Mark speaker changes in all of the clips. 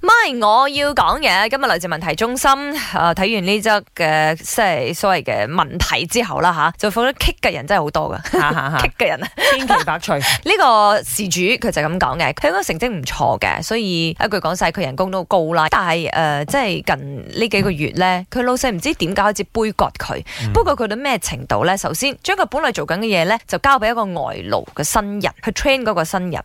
Speaker 1: 嚟我要講嘅，今日來自問題中心啊，睇、完呢則嘅即係所謂嘅問題之後啦吓，就發覺棘嘅人真係好多噶，
Speaker 2: 哈哈哈
Speaker 1: 棘嘅人啊
Speaker 2: 千奇百趣，
Speaker 1: 呢個事主佢就咁講嘅，佢應該成績唔錯嘅，所以一句講晒佢人工都好高啦。但係誒、呃即係近呢幾個月咧，佢老細唔知點解開始杯葛佢。不過佢到咩程度咧？首先將佢本來做緊嘅嘢咧，就交俾一個外勞嘅新人去 train 嗰個新人。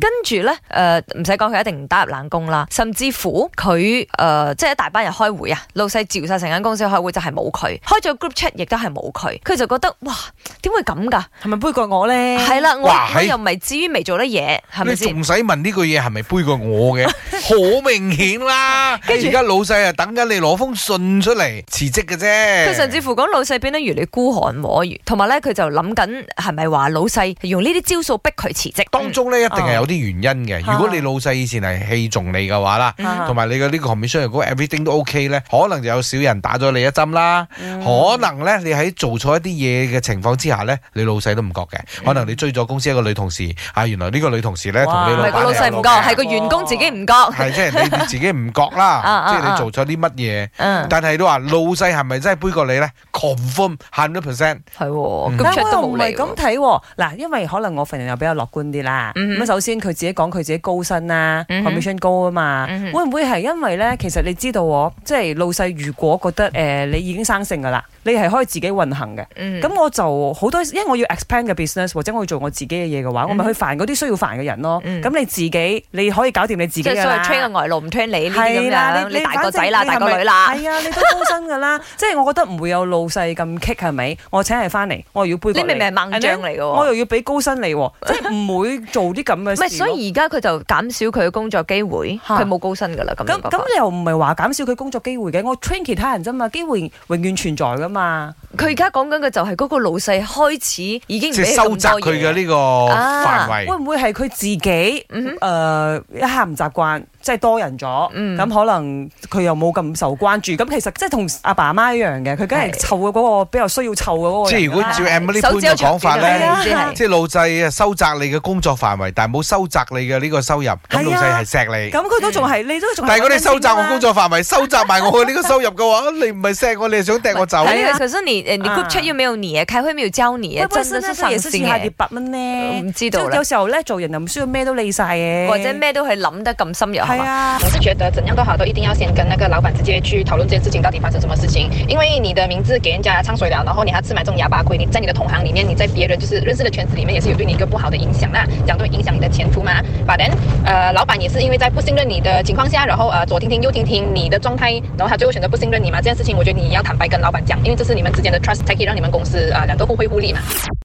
Speaker 1: 跟住咧，誒唔使講，佢一定唔打入冷宮啦。甚至乎佢誒、呃即係一大班人開會啊，老細召晒成間公司開會就係冇佢，開咗 group chat 亦都係冇佢，佢就覺得哇點會咁㗎？
Speaker 2: 係咪杯葛我咧？
Speaker 1: 係啊啦，我
Speaker 3: 嗯哇
Speaker 1: 我
Speaker 3: 係
Speaker 1: 又唔係至於未做得嘢，係咪
Speaker 3: 你
Speaker 1: 先？
Speaker 3: 仲使問呢句嘢係咪杯過 我嘅？好明顯啦！
Speaker 1: 跟住
Speaker 3: 而家老細啊等緊你攞封信出嚟辭職嘅啫。
Speaker 1: 佢甚至乎講老細變得如你孤寒喎，同埋咧佢就諗緊係咪話老細用呢啲招數逼佢辭職？
Speaker 3: 當中咧一定係有啲原因嘅。
Speaker 2: 嗯
Speaker 3: 如果你老細以前係器重你嘅話啦，
Speaker 2: 嗯
Speaker 3: 同埋你嘅呢個 commission 如果 everything 都 OK 咧，可能就有少人打咗你一針啦。可能咧你喺做錯一啲嘢嘅情況之下咧，你老細都唔覺嘅。可能你追咗公司一個女同事，啊原來呢個女同事咧同
Speaker 2: 哇
Speaker 3: 你
Speaker 1: 嗯唔
Speaker 3: 老
Speaker 1: 係個
Speaker 3: 闆
Speaker 1: 老細唔覺，係個
Speaker 2: 哦
Speaker 1: 員工自己唔覺。
Speaker 3: 嗯係即係你你自己唔覺
Speaker 1: 啊
Speaker 3: 啦，
Speaker 1: 啊
Speaker 3: 即係你做咗啲乜嘢。
Speaker 1: 嗯，
Speaker 3: 但係都話老細係咪真係杯過你咧？confirm 100 percent。
Speaker 1: 係喎，
Speaker 3: 嗯
Speaker 1: 咁
Speaker 2: 但
Speaker 1: c
Speaker 2: 係
Speaker 1: h 都
Speaker 2: 我又唔
Speaker 1: 冇嚟
Speaker 2: 係
Speaker 1: 喎
Speaker 2: 咁。睇喎，嗱，因為可能我份人又比較樂觀啲啦。
Speaker 1: 嗯
Speaker 2: 咁首先佢自己講佢自己高薪啦
Speaker 1: 嗯哼
Speaker 2: ，commission 高啊嘛
Speaker 1: 嗯哼，
Speaker 2: 會唔會係因為咧？其實你知道喎，即係老細如果覺得誒你已經生性噶啦，你係可以自己運行嘅。
Speaker 1: 嗯
Speaker 2: 咁我就好多，因為我要 expand 嘅 business 或者我要做我自己嘅嘢嘅話，我咪去煩嗰啲需要煩嘅人咯。
Speaker 1: 嗯
Speaker 2: 咁你自己你可以搞掂你自己
Speaker 1: 即係
Speaker 2: 㗎
Speaker 1: 所謂
Speaker 2: 啦。
Speaker 1: train 個外勞唔 train 你呢啲咁
Speaker 2: 係啦
Speaker 1: 樣，，你大個仔啦，大個女啦，
Speaker 2: 係啊，你都高薪 噶啦，即係我覺得唔會有老細咁棘係咪？我請你翻嚟，我又要杯葛
Speaker 1: 你明明係猛將嚟嘅喎
Speaker 2: 我又要俾高薪 你喎，即係唔會做啲咁
Speaker 1: 唔
Speaker 2: 嘅事咯。
Speaker 1: 係，所以而家佢就減少佢嘅工作機會，
Speaker 2: 嚇
Speaker 1: 佢冇高薪㗎啦，咁
Speaker 2: 咁
Speaker 1: 樣講
Speaker 2: 咁你又唔係話減少佢工作機會嘅？我 train 其他人啫嘛，機會永遠存在噶嘛。
Speaker 1: 佢而家講緊嘅就係嗰個老細開始已經唔
Speaker 3: 即
Speaker 1: 俾
Speaker 3: 係收窄佢嘅
Speaker 1: 呢。
Speaker 3: 呢個
Speaker 1: 啊
Speaker 3: 範圍。
Speaker 2: 會唔會係佢自己誒、呃一下唔習慣，即係多人咗，咁、
Speaker 1: 嗯
Speaker 2: 可能佢又冇咁受關注。咁其實即係同阿爸阿媽一樣嘅，佢梗係
Speaker 1: 係
Speaker 2: 湊嘅嗰個比較需要湊嘅嗰個人
Speaker 3: 即係如果照
Speaker 1: 啊
Speaker 3: Emily 潘
Speaker 1: 手指有
Speaker 3: 嘅講法
Speaker 1: 長短
Speaker 2: 啊
Speaker 3: 咧，
Speaker 1: 你知係
Speaker 3: 即係老細啊收窄你嘅工作範圍，但係冇收窄你嘅呢個收入，咁老細係錫你。
Speaker 2: 咁啊佢都仲係，你都仲係
Speaker 3: 嗯但係如果你收窄我
Speaker 2: 揾緊錢㗎嘛
Speaker 3: 工，作範圍，收窄埋我嘅呢個收入嘅話， 你唔係錫我，你係想掟我走。
Speaker 1: 还
Speaker 2: 係
Speaker 1: 有
Speaker 2: 啊
Speaker 1: 可是你呃你
Speaker 2: 啊
Speaker 1: group chat 又没有你，開會沒有教你，
Speaker 2: 喂
Speaker 1: 真
Speaker 2: 喂
Speaker 1: 的是
Speaker 2: 新一
Speaker 1: 上
Speaker 2: 輩也是
Speaker 1: 心
Speaker 2: 下跌
Speaker 1: 嘅。
Speaker 2: 八蚊咧，
Speaker 1: 唔知道啦
Speaker 2: 有時候咧做人又唔需要咩都理晒嘅，
Speaker 1: 或者咩都係諗得咁深入係
Speaker 2: 係
Speaker 1: 嘛？
Speaker 2: 啊。
Speaker 4: 我是觉得怎样都好，都一定要先跟那个老板直接去讨论这件事情到底发生什么事情，因为你的名字给人家唱衰了，然后你还吃买这种哑巴亏，你在你的同行里面，你在别人就是认识的圈子里面也是有对你一个不好的影响啦，讲对影响你的前途嘛。把人呃，老板也是因为在不信任你的情况下，然后呃左听听右听听你的状态，然后他最后选择不信任你嘛，这件事情我觉得你要坦白跟老板讲，因为这是你们之间的 trust，才可以让你们公司啊、呃两个互惠互利嘛。